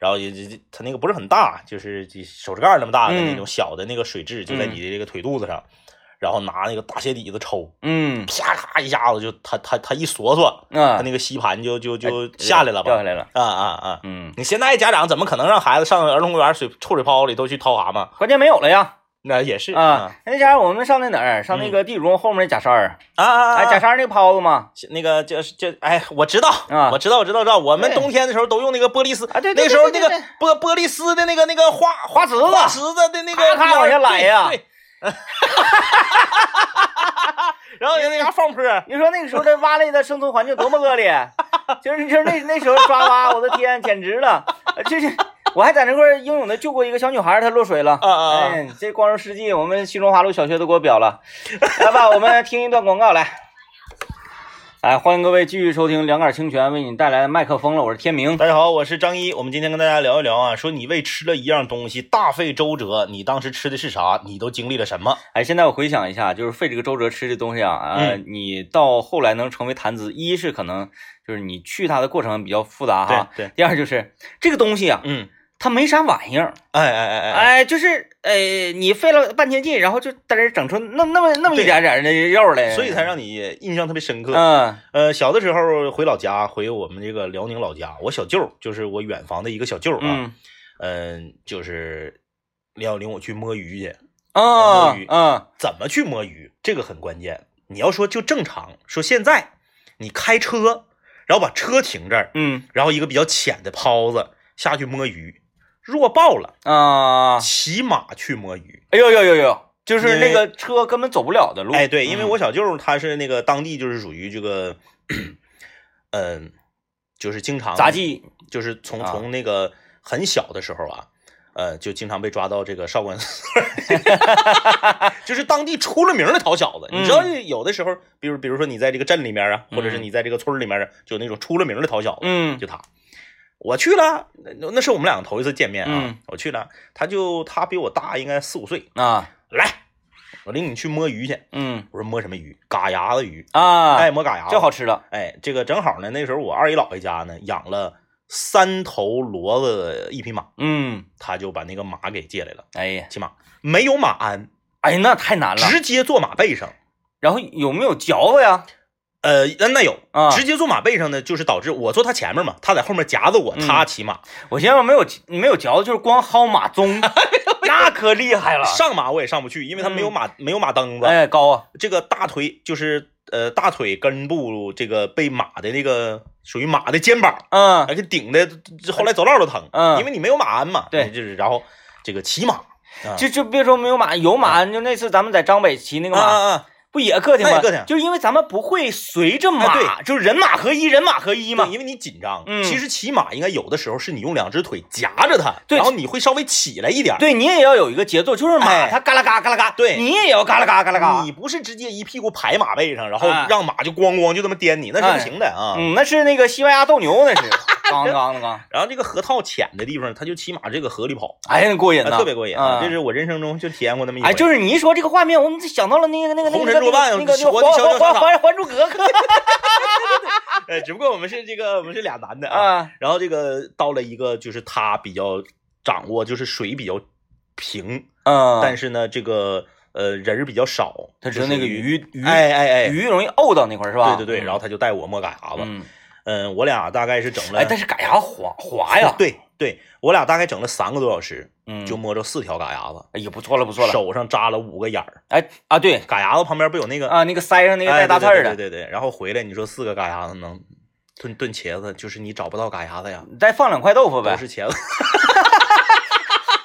B: 然后也也也它那个不是很大，就是就手指盖儿那么大的
A: 嗯
B: 那种小的那个水蛭，就在
A: 嗯
B: 你的这个腿肚子上，然后拿那个大鞋底子抽，
A: 嗯
B: 啪咔一下子就它它它一索索，它
A: 啊，
B: 那个吸盘就就就
A: 哎
B: 下来了
A: 掉下
B: 吧？
A: 来了，
B: 啊啊啊！
A: 嗯，
B: 你现在家长怎么可能让孩子上儿童公园水臭水泡里头去掏蛤蟆？
A: 关键没有了呀
B: 那也是
A: 啊！嗯那家我们上那哪儿？上那个地主公后面那假山儿，
B: 啊啊！
A: 哎，
B: 啊
A: 假山儿那个泡子嘛，
B: 那个就是就哎，我知道
A: 啊
B: 我知道，我知道，知道。我们
A: 对
B: 冬天的时候都用那个玻璃丝，
A: 啊对对
B: 那时候
A: 对
B: 那
A: 对对
B: 个玻玻璃丝的那个那个花花
A: 池
B: 花
A: 子
B: 池子的那个
A: 咔咔
B: 边儿
A: 往下揽呀
B: 对， *laughs* 对然后那家放坡，
A: 你说那个时候的蛙类的生存环境多么恶劣，就是就是那那时候抓蛙，我的天，简直了！呃就是我还在那块儿英勇的救过一个小女孩，她落水了。
B: 啊啊啊
A: 哎，这光荣事迹，我们新中华路小学都给我表了。来吧，我们听一段广告来。哎，欢迎各位继续收听两杆清泉为你带来的麦克风了，我是天明。
B: 大家好，我是张一。我们今天跟大家聊一聊啊，说你为吃了一样东西大费周折，你当时吃的是啥？你都经历了什么？
A: 哎，现在我回想一下，就是费这个周折吃的东西啊，啊、
B: 嗯
A: 你到后来能成为谈资，一是可能就是你去它的过程比较复杂哈，
B: 对对
A: 第二就是这个东西啊，
B: 啊嗯，
A: 它没啥玩意儿，
B: 哎哎哎哎哎，
A: 哎，就是呃，你费了半天劲，然后就在这整出那那么那么一
B: 对
A: 点点的肉来，
B: 所以才让你印象特别深刻。
A: 嗯
B: 呃，小的时候回老家，回我们这个辽宁老家，我小舅儿就是我远房的一个小舅儿啊，
A: 嗯
B: 嗯，就是要领我去摸鱼去。
A: 啊
B: 摸鱼
A: 啊
B: 怎么去摸鱼？这个很关键。你要说就正常，说现在你开车，然后把车停这儿，
A: 嗯
B: 然后一个比较浅的泡子下去摸鱼，弱爆了，
A: 啊，
B: 骑马去摸鱼。
A: 哎呦呦呦呦，就是
B: 因
A: 那
B: 为
A: 个车根本走不了的路。
B: 哎，对，因为
A: 嗯
B: 我小舅儿他是那个当地就是属于这个， *coughs* 嗯、就是经常
A: 杂技
B: 就是从
A: 啊
B: 从那个很小的时候啊，呃，就经常被抓到这个少管所， *laughs* 就是当地出了名儿的淘小子。你知道，有的时候，比如比如说你在这个镇里面啊，或者是
A: 嗯
B: 你在这个村儿里面啊，就有那种出了名儿的淘小子，
A: 嗯
B: 就他。我去了，那那是我们俩头一次见面啊。
A: 嗯
B: 我去了，他就他比我大应该四五岁。
A: 啊
B: 来，我领你去摸鱼去。
A: 嗯
B: 我说摸什么鱼？嘎牙子鱼。
A: 啊，
B: 哎，，摸嘎牙子。
A: 这好吃了
B: 哎，这个正好呢，那时候我二姨姥爷家呢养了三头骡子一匹马，
A: 嗯，
B: 他就把那个马给借来了，
A: 哎呀
B: 骑马没有马鞍，
A: 哎呀那太难了。
B: 直接坐马背上。
A: 然后有没有嚼子呀？
B: 呃，那那有
A: 啊，
B: 直接坐马背上呢，就是导致我坐他前面嘛，他在后面夹着我，
A: 嗯
B: 他骑 *laughs* 马、
A: 我寻思没有没有嚼子，就是光薅马
B: *laughs*
A: 鬃，那可厉害了。
B: 哎上马我也上不去，因为他没有马、没有马蹬子，
A: 哎，高啊，
B: 这个大腿就是呃大腿根部这个被马的那个属于马的肩膀
A: 嗯
B: 哎，给顶的，这后来走道都疼，
A: 嗯
B: 因为你没有马鞍嘛，
A: 对
B: 你就是然后这个骑马。啊
A: 就就别说没有马，有马就那次咱们在张北骑那个马，
B: 啊啊！
A: 不也个体
B: 那
A: 吗？
B: 也个体
A: 就是因为咱们不会随着马，
B: 哎对
A: 就是人马合一，人马合一
B: 对
A: 嘛。
B: 因为你紧张。
A: 嗯
B: 其实骑马应该有的时候是你用两只腿夹着它，
A: 对
B: 然后你会稍微起来一点儿。
A: 对你也要有一个节奏，就是马、
B: 哎
A: 它嘎啦嘎嘎啦嘎，
B: 对
A: 你也要嘎啦嘎嘎啦嘎
B: 你。不是直接一屁股拍马背上，然后
A: 哎
B: 让马就咣咣就这么颠你，那是不行的啊。
A: 嗯，那是那个西班牙斗牛，那
B: *laughs*
A: 是刚刚的刚，
B: 然后这个河套浅的地方，他就骑马这个河里跑，
A: 哎呀，那过瘾
B: 啊
A: 呐，
B: 特别过瘾啊！
A: 嗯
B: 这是我人生中就体验过那么一回。
A: 哎，就是你一说这个画面，我们想到了那个那个那
B: 红
A: 个
B: 尘作伴
A: 那个那个
B: 我
A: 还
B: 的小
A: 还
B: 小
A: 还
B: 小
A: 还还珠格格
B: 呃，只不过我们是这个我们是俩男的 *laughs* 啊。
A: 啊，
B: 然后这个到了一个就是他比较掌握，就是水比较平，
A: 嗯，
B: 但是呢，这个呃人儿比较少，
A: 他知
B: 就
A: 道那
B: 属
A: 个
B: 于，
A: 鱼鱼
B: 哎哎哎，
A: 鱼容易沤到那块儿是吧？
B: 对对对，然后他就带我摸嘎牙子，
A: 嗯，
B: 嗯，我俩大概是整了，哦
A: 哎，但是改牙滑滑呀，，
B: 对对，我俩大概整了三个多小时，
A: 嗯，
B: 就摸着四条嘎牙子，
A: 哎呀，不错了不错了，
B: 手上扎了五个眼儿，
A: 哎啊对
B: 嘎牙子旁边不有 *laughs* 那个
A: 啊，那个腮上那个
B: 哎
A: 带大刺
B: 对
A: 儿
B: 对
A: 的，
B: 对对对，然后回来你说四个嘎牙子能炖炖茄子，就是你找不到嘎牙子呀，
A: 你再放两块豆腐
B: 都
A: 呗，
B: 是茄子。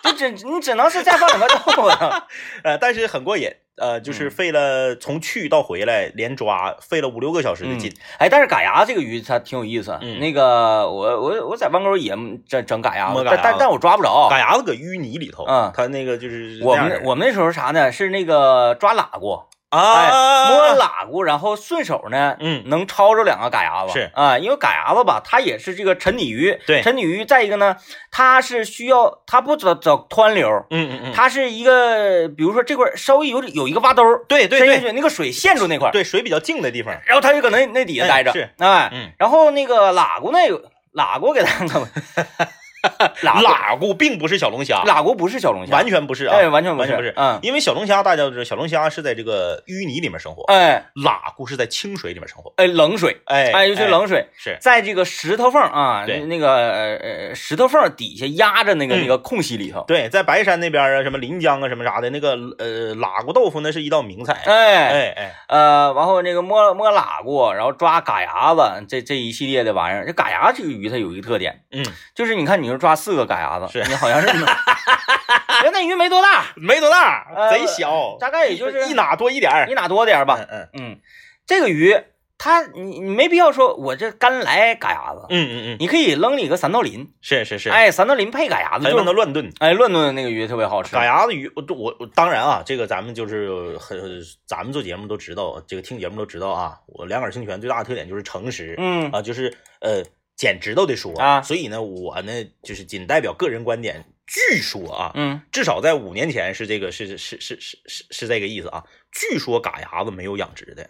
A: 就只你只能是再放两块豆腐
B: *laughs*
A: 啊，
B: 呃，但是很过瘾，呃，
A: 嗯
B: 就是费了从去到回来连抓费了五六个小时的劲，
A: 哎，但是嘎牙这个鱼它挺有意思，啊
B: 嗯
A: 那个我我我在弯沟也整整嘎牙
B: 摸
A: 子，
B: 嘎
A: 但
B: 牙
A: 但
B: 子
A: 但我抓不着
B: 嘎，牙子搁淤泥里头，
A: 嗯
B: 它那个就是
A: 我
B: 那样
A: 们
B: 式
A: 我们那时候啥呢？是那个抓喇蛄，哎，
B: 啊
A: 摸喇蛄，然后顺手呢，
B: 嗯
A: 能抄着两个嘎牙子。
B: 是
A: 啊，因为嘎牙子吧，它也是这个沉底鱼。
B: 对
A: 沉底鱼。再一个呢，它是需要，它不走走湍流，
B: 嗯嗯嗯，
A: 它是一个，比如说这块儿稍微有有一个洼兜儿，
B: 对对
A: 伸进
B: 对
A: 去那个水陷住那块儿，
B: 对，水比较静的地方，
A: 然后它就搁那那底下
B: 哎
A: 待着。
B: 是，
A: 哎，
B: 嗯
A: 然后那个喇蛄那有喇蛄给大家看
B: *laughs*
A: 看，喇蛄
B: 喇蛄并不是小龙虾，
A: 喇蛄不是小龙虾，
B: 完全不是啊，
A: 哎，完全
B: 完全不
A: 是
B: 是，
A: 嗯，
B: 因为小龙虾大家都知道，小龙虾是在这个淤泥里面生活，
A: 哎
B: 喇蛄是在清水里面生活，
A: 哎，冷水。
B: 哎
A: 哎，尤其冷水，
B: 是
A: 在这个石头缝儿啊，
B: 对
A: 那个呃呃石头缝儿底下压着那个
B: 嗯
A: 那个空隙里头，
B: 对，在白山那边啊，什么临江啊，什么啥的，那个呃喇蛄豆腐那是一道名菜，
A: 哎
B: 哎哎，
A: 呃，然后那个摸摸喇蛄，然后抓嘎牙子，这这一系列的玩意儿。这嘎牙这个鱼它有一个特点，
B: 嗯，
A: 就是你看你是抓四个嘎牙子，
B: 是
A: 你好像
B: *laughs*
A: 是，原那鱼没多大，
B: 没多大，
A: 呃
B: 贼小，
A: 大概也就是
B: 哦一哪多一点儿
A: 你，哪多点儿吧，
B: 嗯嗯
A: 嗯，这个鱼它你你没必要说我这干来嘎牙子，
B: 嗯嗯嗯，
A: 你可以扔里个三道林，
B: 是是是，，
A: 哎，三道林配嘎牙子
B: 还
A: 就
B: 让它
A: 是。
B: 乱炖。
A: 哎，乱炖的那个鱼特别好吃，
B: 嘎牙子鱼，我我我当然啊，这个咱们就是很，咱们做节目都知道，这个听节目都知道啊。我两耳清泉最大的特点就是诚实，
A: 嗯
B: 啊，就是呃捡指头的说
A: 啊
B: 所以呢，我呢就是仅代表个人观点，据说啊，
A: 嗯，
B: 至少在五年前是这个是是是是是是这个意思啊。据说嘎牙子没有养殖的，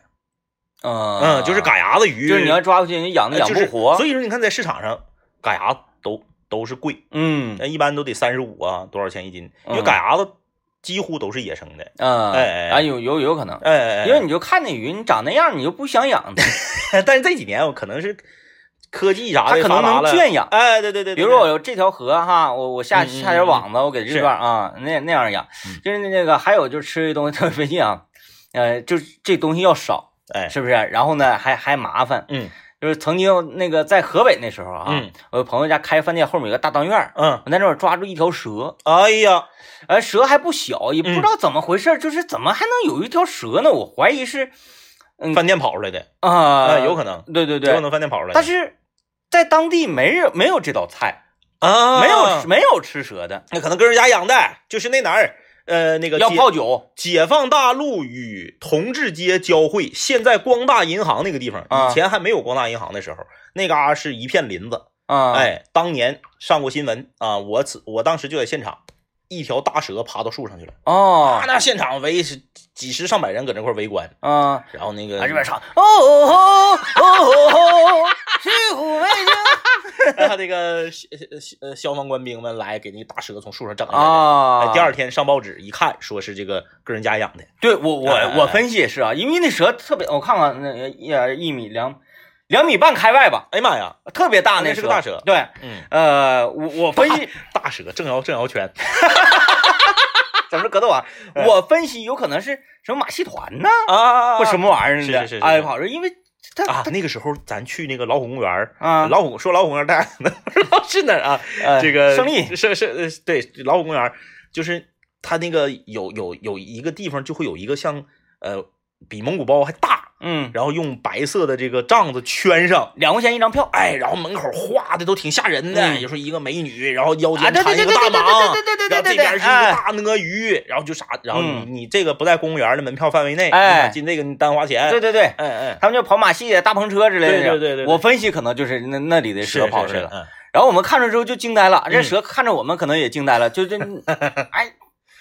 A: 嗯
B: 嗯，就是，嘎牙子鱼，
A: 就是你要抓回去，你养都
B: 呃
A: 养
B: 就
A: 不
B: 是
A: 活。
B: 所以说你看在市场上，嘎牙子都都是贵，
A: 嗯
B: 那一般都得三十五啊，多少钱一斤？因为
A: 嗯
B: 嘎牙子几乎都是野生的。
A: 嗯，
B: 哎哎哎
A: 啊，有有有可能，
B: 哎哎哎，
A: 因为你就看那鱼，你长那样，你就不想养它，
B: 但是这几年我可能是科技啥
A: 它
B: 的
A: 可能
B: 发达
A: 能
B: 了
A: 圈养。
B: 哎，对对对，对
A: 比如说我有这条河哈，我我下
B: 嗯嗯
A: 下点网子，我给这
B: 是
A: 段啊那那样养，
B: 嗯
A: 就是那个还有就是吃这东西特别费劲啊，呃，就是这东西要少，
B: 对哎，
A: 是不是？然后呢还还麻烦，
B: 嗯
A: 就是曾经那个在河北那时候啊，
B: 嗯
A: 我有朋友家开饭店后面有个大当院儿，
B: 嗯，
A: 我在那儿抓住一条蛇，
B: 哎呀，
A: 呃，蛇还不小，
B: 嗯
A: 也不知道怎么回事儿，就是怎么还能有一条蛇呢？我怀疑是
B: 饭店跑出来的
A: 啊、
B: 啊，有可能，
A: 对嗯对
B: 有可
A: 对，
B: 能饭店跑出来的，
A: 但是在当地没人没有这道菜，
B: 啊，
A: 没有没有吃蛇的，
B: 那可能跟人家养的，就是那哪儿，呃，那个
A: 要
B: 解
A: 泡酒
B: 解放大路与同志街交汇，现在光大银行那个地方，
A: 啊
B: 以前还没有光大银行的时候，那嘎、是一片林子。
A: 啊，，
B: 哎，当年上过新闻啊，我此我当时就在现场，一条大蛇爬到树上去了，
A: 哦
B: 啊，那现场围是几十上百人搁那块围观，
A: 啊，
B: 然后那个
A: 啊这边唱哦哦哦哦，西湖美景
B: *laughs* *laughs* 那这个消呃消防官兵们来给那个大蛇从树上整下来的。
A: 啊
B: 哎，第二天上报纸一看，说是这个个人家养的，
A: 对我我
B: 哎哎哎
A: 我分析也是啊，因为那蛇特别，我看看那个一一米两两米半开外吧，
B: 哎呀妈呀，
A: 特别大
B: 那
A: 那
B: 是个大蛇
A: 对，
B: 嗯，
A: 呃，我我分
B: *laughs*
A: 析
B: 大蛇正摇正摇圈，
A: 整是格斗啊，
B: 哎
A: 我分析有可能是什么马戏团呐，
B: 啊
A: 或什么玩意儿
B: 是
A: 的，
B: 是是是
A: 哎，跑着，因为它
B: *laughs* 啊？那个时候咱去那个老虎公园儿
A: 啊，
B: 老虎说老虎公园儿大家可能 *laughs* 不知道是哪儿啊？
A: 呃
B: 这个
A: 胜利，
B: 是是呃对老虎公园儿，就是它那个有有有一个地方就会有一个像呃比蒙古包还大，
A: 嗯，
B: 然后用白色的这个帐子圈上。
A: 两块钱一张票，
B: 哎，然后门口画的都挺吓人的，
A: 嗯
B: 有时候一个美女，然后腰
A: 啊，
B: 间
A: 对对
B: 缠一
A: 对
B: 个
A: 对
B: 大
A: 对
B: 蟒，
A: 对对对对对对
B: 然后这边
A: 对，
B: 是一个
A: 哎，
B: 大鳄鱼，然后就啥，然后你
A: 嗯
B: 你这个不在公园的门票范围内，
A: 哎
B: 你想进这个你单花钱，
A: 对对对，
B: 哎哎，
A: 他们就跑马戏、大篷车之类的，
B: 对对对对对
A: 我分析可能就是那那里的蛇
B: 是
A: 跑
B: 是
A: 出来
B: 是
A: 了，
B: 嗯
A: 然后我们看着之后就惊呆了，这 *laughs*
B: 嗯
A: 蛇看着我们可能也惊呆了，就就，哎，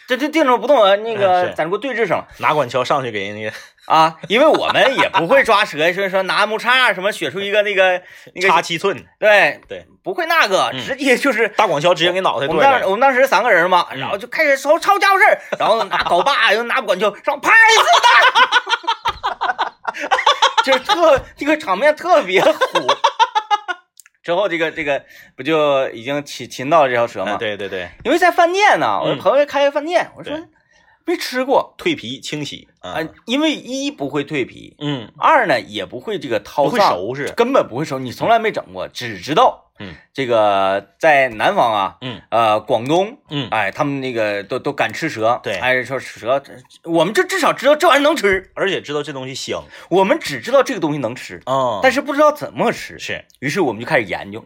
A: 这这定着不动，呃那
B: 嗯
A: 个
B: 是
A: 咱给我对峙上了
B: 拿管锹上去给人家
A: 啊，因为我们也不会抓蛇，所以说拿木叉啊什么选出一个那个那
B: 插
A: 个，
B: 七寸，
A: 对
B: 对，
A: 不会那个，
B: 嗯
A: 直接就是
B: 大管锹直接给脑袋
A: 我
B: 剁
A: 们当
B: 了
A: 时。我们当时三个人嘛，然
B: 嗯
A: 后就开始抄抄家伙事儿，然后拿镐把，又拿管锹，上拍子弹， *laughs* 就是特这个场面特别虎。之后这个这个不就已经擒擒到这条蛇
B: 啊
A: 吗？，
B: 对对对，
A: 因为在饭店呢，我的
B: 嗯
A: 朋友开个饭店，我说
B: 对
A: 没吃过
B: 蜕皮清洗啊
A: 啊，因为一不会蜕皮，
B: 嗯，
A: 二呢也不会这个掏
B: 不
A: 脏，
B: 会熟是，
A: 根本不会熟，你从来没整过，只知道
B: 嗯
A: 这个在南方啊，
B: 嗯
A: 呃，广东。
B: 嗯，
A: 哎，他们那个都都敢吃蛇，
B: 对
A: 哎，说蛇，这我们就至少知道这玩意儿能吃，
B: 而且知道这东西香
A: 我们只知道这个东西能吃，
B: 啊
A: 但
B: 是
A: 是不知道怎么吃，
B: 是
A: 于是我们就开始研
B: *laughs*
A: 究，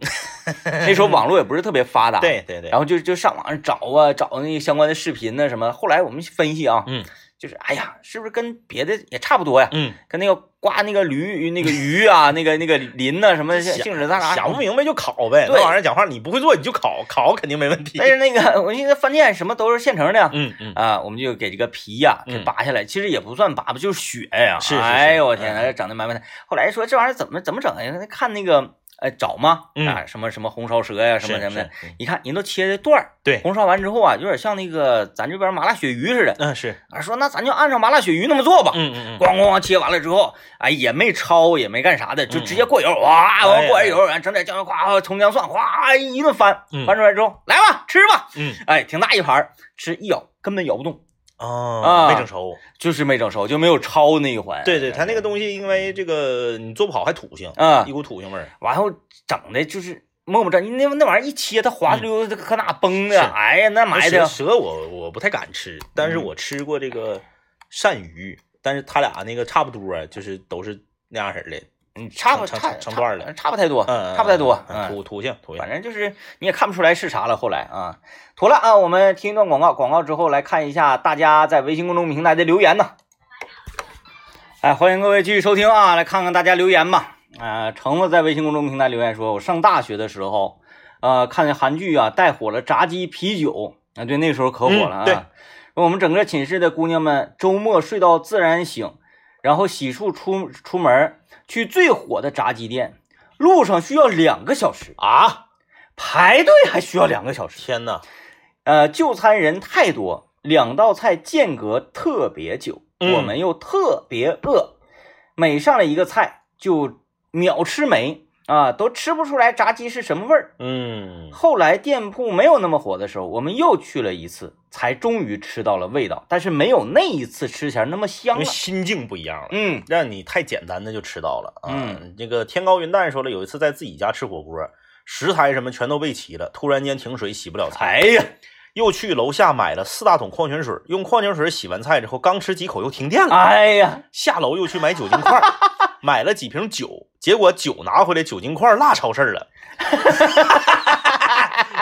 A: 那时候网络也不是特别发达，，
B: 对对对，
A: 啊然后就就上网上找啊，找那个相关的视频呢什么，后来我们分析啊，
B: 嗯
A: 就是哎呀，是不是跟别的也差不多呀？
B: 嗯，
A: 跟那个刮那个驴、那个鱼
B: *laughs*
A: 啊，那个那个鳞呐、什么
B: 想
A: 性质大啊啥
B: 想不明白就烤呗，
A: 对哎
B: 那玩意儿讲话你不会做你就烤，烤肯定没问 *laughs* 题
A: 但。是那个我现在饭店什么都是现成的呀，
B: 嗯嗯，
A: 啊，我们就给这个皮呀、给
B: 嗯
A: 拔下来，其实也不算拔吧，就是血呀、
B: 是是是嗯
A: 哎呦我天呐，整的满满的。后来说这玩意儿怎么怎么整呀？看那个呃找嘛，
B: 嗯
A: 啊什么什么红烧蛇呀、什么
B: 是
A: 什么的，，
B: 是嗯
A: 一看人都切的段儿，
B: 对
A: 红烧完之后啊，有点像那个咱这边麻辣鳕鱼似的。
B: 嗯是，
A: 啊，说那咱就按照麻辣鳕鱼那么做吧。
B: 嗯嗯嗯，
A: 咣咣咣切完了之后，哎，也没焯，也没干啥的，就
B: 嗯
A: 直接过油，哇，
B: 哎呀
A: 过完油，然后整点酱油，咵，葱姜蒜，哗，一顿翻，
B: 嗯
A: 翻出来之后，来吧，吃吧，
B: 嗯
A: 哎，挺大一盘儿，吃一咬根本咬不动，
B: 啊
A: 啊
B: 没整熟，
A: 就是没整熟，就没有焯那一环。
B: 对对，它那个东西因为这个你做不好还土性，
A: 啊
B: 一，股土腥味儿。
A: 完后整的就是磨磨蹭，那那玩意儿一切，它滑溜溜的，搁哪崩的，
B: 嗯是
A: 哎呀，那埋
B: 蛇
A: 的
B: 蛇我我不太敢吃，但是
A: 嗯
B: 我吃过这个鳝鱼，但是它俩那个差不多，啊就是都是那样式儿的，
A: 嗯差不
B: 成
A: 差
B: 成成段儿了，
A: 差不太多，
B: 嗯，
A: 啊差不太多，
B: 嗯
A: 嗯。
B: 土土性土性
A: 反，正就是你也看不出来是啥了。后来啊，妥了啊，我们听一段广告，广告之后来看一下大家在微信公众平台的留言呢。哎，欢迎各位继续收听啊，来看看大家留言吧。呃，橙子在微信公众平台留言说，我上大学的时候，呃，看见韩剧啊，带火了炸鸡、啤酒啊，对，那时候可火了啊。
B: 嗯对
A: 说我们整个寝室的姑娘们周末睡到自然醒，然后洗漱出出门去最火的炸鸡店，路上需要两个小时。
B: 啊，
A: 排队还需要两个小时。
B: 天呐，
A: 呃，就餐人太多，两道菜间隔特别久，
B: 嗯
A: 我们又特别饿，每上来一个菜就秒吃没啊，都吃不出来炸鸡是什么味儿。
B: 嗯，
A: 后来店铺没有那么火的时候，我们又去了一次，才终于吃到了味道，但是没有那一次吃起来那么
B: 因
A: 香
B: 为
A: 了。
B: 心境不一样了。
A: 嗯
B: 让你太简单的就吃到了啊！
A: 嗯
B: 这个天高云淡说了，有一次在自己家吃火锅，食材什么全都备齐了，突然间停水，洗不了菜，
A: 哎呀
B: 又去楼下买了四大桶矿泉水，用矿泉水洗完菜之后，刚吃几口又停电了，
A: 哎呀，
B: 下楼又去买酒精块儿，买了几瓶酒，结果酒拿回来酒精块儿落超市了， *laughs*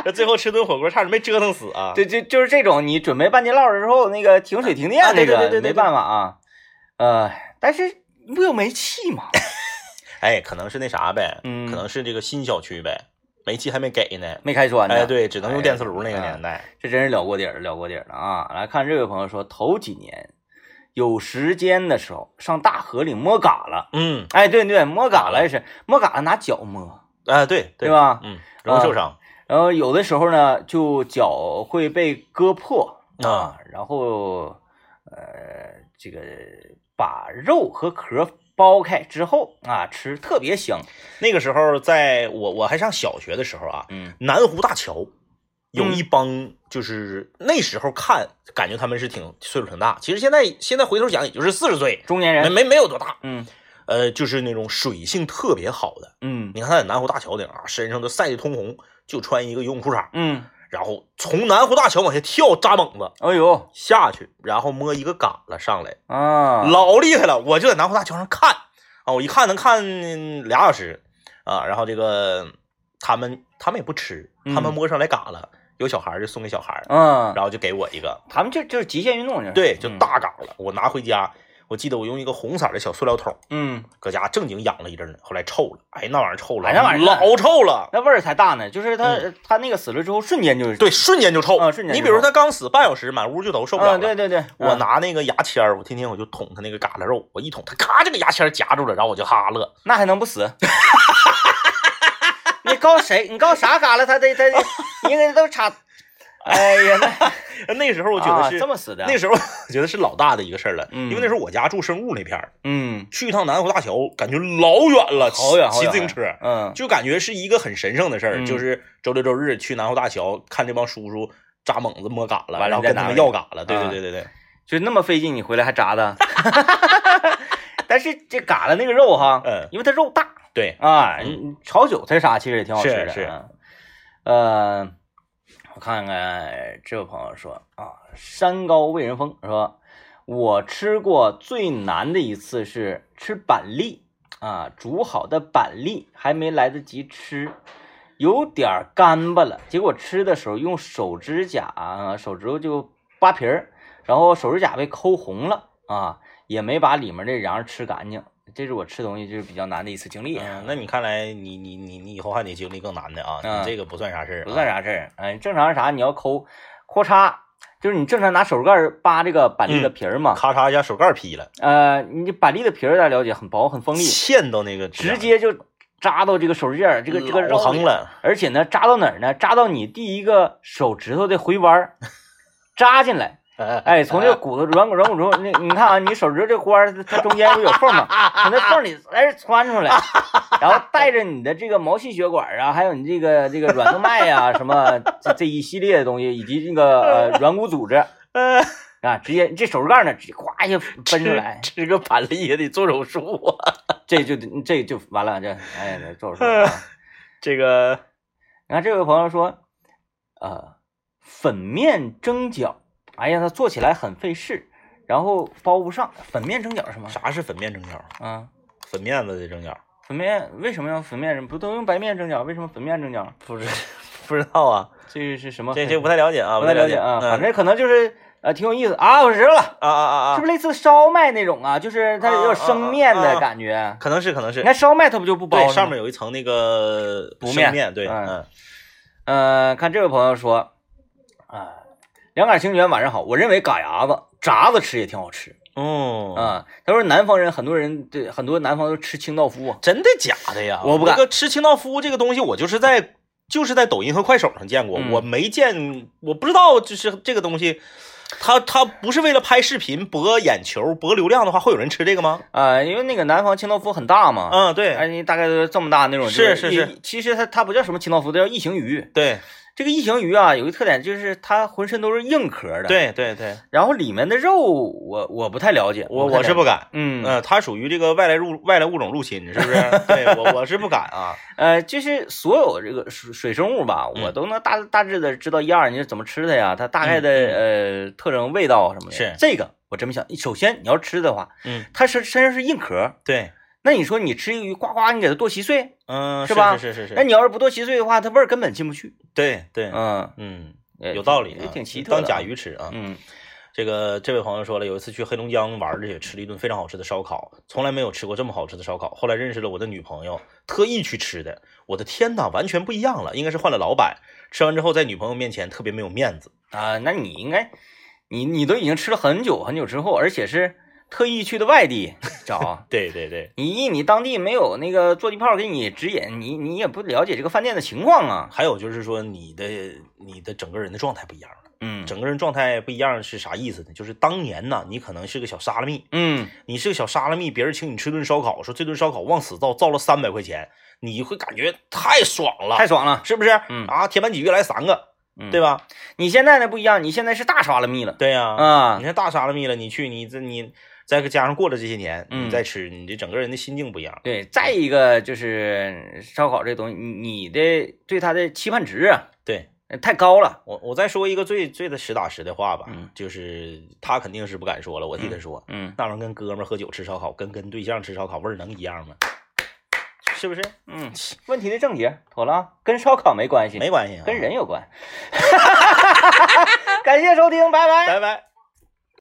B: 这最后吃顿火锅差点没折腾死啊！
A: 对，就就是这种，你准备半截烙的时候，那个停水停电
B: 啊
A: 这
B: 对
A: 个、
B: 对对对对
A: 没办法啊。呃，但是你不有煤气吗？
B: 哎，可能是那啥呗，
A: 嗯
B: 可能是这个新小区呗，煤气还没给呢。
A: 没开栓呢。
B: 哎，，对，只能用电磁炉那个年代。
A: 这真是了过底儿，了过底儿了啊！来看这位朋友说，头几年有时间的时候上大河里摸嘎了。
B: 嗯，
A: 哎，对对，摸嘎了也是摸嘎了，拿脚摸。
B: 啊，对
A: 对吧
B: 嗯，容易受伤。
A: 然后有的时候呢，就脚会被割破啊，然后呃，这个把肉和壳剥开之后啊，吃特别香。
B: 那个时候，在我我还上小学的时候啊，
A: 嗯
B: 南湖大桥有一帮，就是那时候看感觉他们是挺岁数挺大，其实现在现在回头想也就是四十岁，，
A: 中年
B: 没
A: 人，
B: 没没有多大。
A: 嗯
B: 呃，就是那种水性特别好的，
A: 嗯
B: 你看他在南湖大桥顶啊，身上都晒得通红，就穿一个游泳裤衩，
A: 嗯，
B: 然后从南湖大桥往下跳扎猛子
A: 哎呦
B: 下去，然后摸一个杆了上来，
A: 啊，
B: 老厉害了！我就在南湖大桥上看啊，我一看能看俩小时啊。然后这个他们他们也不吃，他们
A: 嗯
B: 摸上来嘎了，有小孩儿就送给小孩儿，
A: 嗯，
B: 然后就给我一个，
A: 他们就就是极限运动，这是
B: 对，就
A: 嗯
B: 大嘎了。我拿回家，我记得我用一个红色的小塑料桶，
A: 嗯，
B: 搁家正经养了一阵呢，后来臭了，哎，那玩意儿臭了，
A: 哎那玩意儿
B: 老臭了，
A: 那味儿才大呢，就是它、它那个死了之后瞬间就是，
B: 嗯对，瞬间就臭，
A: 啊瞬间就
B: 你比如
A: 臭
B: 他刚死半小时，满屋就都受不了了。
A: 嗯，对对对，
B: 我
A: 嗯
B: 拿那个牙签儿，我天天我就捅他那个嘎啦肉，我一捅他，咔，这个牙签儿夹住了，然后我就哈乐。
A: 那还能不
B: *laughs*
A: 死？你告谁？你告啥旮旯？他得
B: *laughs*
A: 他得，你给他都插。哎呀，那
B: 那时候我觉得是，
A: 啊、这么死的。
B: 那时候我觉得是老大的一个事儿了，
A: 嗯
B: 因为那时候我家住生物那片儿，
A: 嗯，
B: 去一趟南湖大桥，感觉老远了，
A: 好远好
B: 骑
A: 远。
B: 自行车。
A: 嗯，
B: 就感觉是一个很神圣的事儿，
A: 嗯
B: 就是周六周日去南湖大桥看这帮叔叔扎猛子摸嘎了，
A: 完了
B: 然后
A: 再
B: 跟他
A: 拿
B: 们
A: 回
B: 要
A: 去
B: 嘎了，对对
A: 啊
B: 对对对，
A: 就那么费劲，你回来还扎
B: *laughs*
A: 的。但是这旮旯那个肉哈，
B: 嗯
A: 因为它肉大
B: 对，
A: 啊，
B: 嗯
A: 你炒韭菜啥其实也挺好吃的。
B: 是是
A: 啊呃，我看看这位朋友说啊，山高为人峰说，我吃过最难的一次是吃板栗啊，煮好的板栗还没来得及吃，有点儿干巴了，结果吃的时候用手指甲啊，手指头就扒皮儿，然后手指甲被抠红了啊，也没把里面的瓤吃干净。这是我吃东西就是比较难的一次经历，啊
B: 嗯，那你看来你你你你以后还得经历更难的啊，
A: 嗯
B: 你这个不算啥事儿、啊
A: 不算，啥事儿。哎，正常是啥？你要抠，抠嚓，就是你正常拿手指盖儿扒这个板栗
B: 嗯
A: 的皮儿嘛。
B: 咔嚓一下手盖劈了，
A: 呃，你板栗的皮儿大家了解，很薄很锋利，
B: 嵌到那个指甲
A: 直接就扎到这个手指尖儿，这个这个肉
B: 老疼
A: 里。
B: 了，
A: 而且呢，扎到哪儿呢？扎到你第一个手指头的回弯儿，扎进来。
B: *laughs*
A: 哎，从这个骨头软骨软骨中，那你看啊，你手指头这花儿它中间不有缝吗？从那缝里哎穿出来，然后带着你的这个毛细血管啊，还有你这个这个软动脉呀、什么这这一系列的东西，以及这个呃软骨组织
B: 呃，
A: 啊，直接这手指盖呢，直接咵一下
B: 吃
A: 分出来，
B: 吃个板栗也得做手术啊，
A: 这就这就完了，这哎呀，这做手术
B: 嗯
A: 了啊。
B: *laughs* 这个
A: 然后这位朋友说，呃，粉面蒸饺，哎呀，它做起来很费事，然后包不上。粉面蒸饺是什么？
B: 啥是粉面蒸饺？
A: 啊，
B: 粉面子的蒸饺？
A: 粉面为什么要粉面？不都用白面蒸饺？为什么粉面蒸饺？
B: 不知不知道啊，
A: 这个是什么
B: 这
A: 粉？
B: 这不太了解啊，
A: 不太
B: 了
A: 了解啊，
B: 嗯
A: 反正可能就是呃挺有意思啊。我知道了，
B: 啊啊
A: 是
B: 啊啊，
A: 不是类似烧麦那种啊？就是它有
B: 啊
A: 点
B: 啊
A: 生面
B: 啊啊
A: 的感觉。
B: 可能是可能是
A: 你，看烧麦它不就不包
B: 对，
A: 了
B: 上
A: 吗
B: 面有一层那个
A: 薄
B: 生
A: 面
B: 面对，
A: 嗯
B: 嗯，
A: 呃，看这位朋友说，啊，两杆清泉晚上好，我认为嘎牙子、炸子吃也挺好吃。
B: 哦，
A: 啊，他说南方人很多人对很多南方都吃清道夫啊，
B: 真的假的呀？
A: 我不
B: 这
A: 敢
B: 个吃清道夫这个东西，我就是在就是在抖音和快手上见过，
A: 嗯
B: 我没见，我不知道，就是这个东西，它它不是为了拍视频博眼球、博流量的话，会有人吃这个吗？
A: 啊，因为那个南方清道夫很大嘛，
B: 嗯，对 *laughs*
A: 哎，你大概都是这么大那种，就是一
B: 是是。
A: 其实它它不叫什么清道夫，它叫异形鱼。啊
B: 对
A: 这个异形鱼啊，有一个特点就是它浑身都是硬壳的，。
B: 对对对，
A: 然后里面的肉，我我不太了解，
B: 我
A: 我
B: 我是不
A: 敢，
B: 敢。
A: 嗯
B: 嗯，它属于这个外来入外来物种入侵，
A: *laughs*
B: 是不是？对我我是不敢啊。
A: 呃，就是所有这个水水生物吧，
B: 嗯
A: 我都能大大致的知道一二，你是怎么吃的呀？它大概的呃特征、味道什么的。
B: 嗯是
A: 这个我真没想。首先你要吃的话，
B: 嗯，
A: 它身身上是硬壳，
B: 对，
A: 那你说你吃一个鱼，呱呱，你给它剁稀碎，
B: 嗯，
A: 是吧
B: 是是是
A: 那
B: 是，
A: 你要是不剁稀碎的话，它味儿根本进不去。
B: 对对，
A: 嗯，
B: 嗯，
A: 也
B: 有道理啊，
A: 也挺奇特的。
B: 当甲，鱼吃啊。
A: 嗯
B: 这个这位朋友说了，有一次去黑龙江玩儿去，吃了一顿非常好吃的烧烤，从来没有吃过这么好吃的烧烤。后来认识了我的女朋友，特意去吃的。我的天呐，完全不一样了，应该是换了老板。吃完之后，在女朋友面前特别没有面子。
A: 啊，那你应该，你你都已经吃了很久很久之后，而且是特意去的外地找。啊
B: 对对对，
A: *laughs* 你一你当地没有那个坐地炮给你指引，你你也不了解这个饭店的情况啊。
B: 还有就是说你的你的整个人的状态不一样了，
A: 嗯
B: 整个人状态不一样是啥意思呢？就是当年呢，你可能是个小沙拉蜜，
A: 嗯，
B: 你是个小沙拉蜜，别人请你吃顿烧烤，说这顿烧烤往死造，造了三百块钱，你会感觉太爽了，
A: 太爽了。
B: 是不是？
A: 嗯
B: 啊，铁板鲫鱼来三个，
A: 嗯
B: 对吧？
A: 你现在呢不一样，你现在是大沙拉蜜了
B: 对呀、
A: 啊
B: 你。看大沙拉蜜了，你去你这你再加上过了这些年，
A: 嗯
B: 你再吃，你这整个人的心境不一样。
A: 对，再一个就是烧烤这东西，你你的对它的期盼值啊
B: 对
A: 呃太高了。
B: 我，我再说一个最最的实打实的话吧，
A: 嗯
B: 就是他肯定是不敢说了，我替他说，
A: 嗯，
B: 那玩意儿跟哥们儿喝酒吃烧烤，跟跟对象吃烧烤味儿能一样吗？是不是？
A: 嗯，问题的症结妥了啊，跟烧烤
B: 啊
A: 没关系， *laughs*
B: 没关系、啊，
A: 跟人有关。感谢收听，拜拜。
B: 拜拜。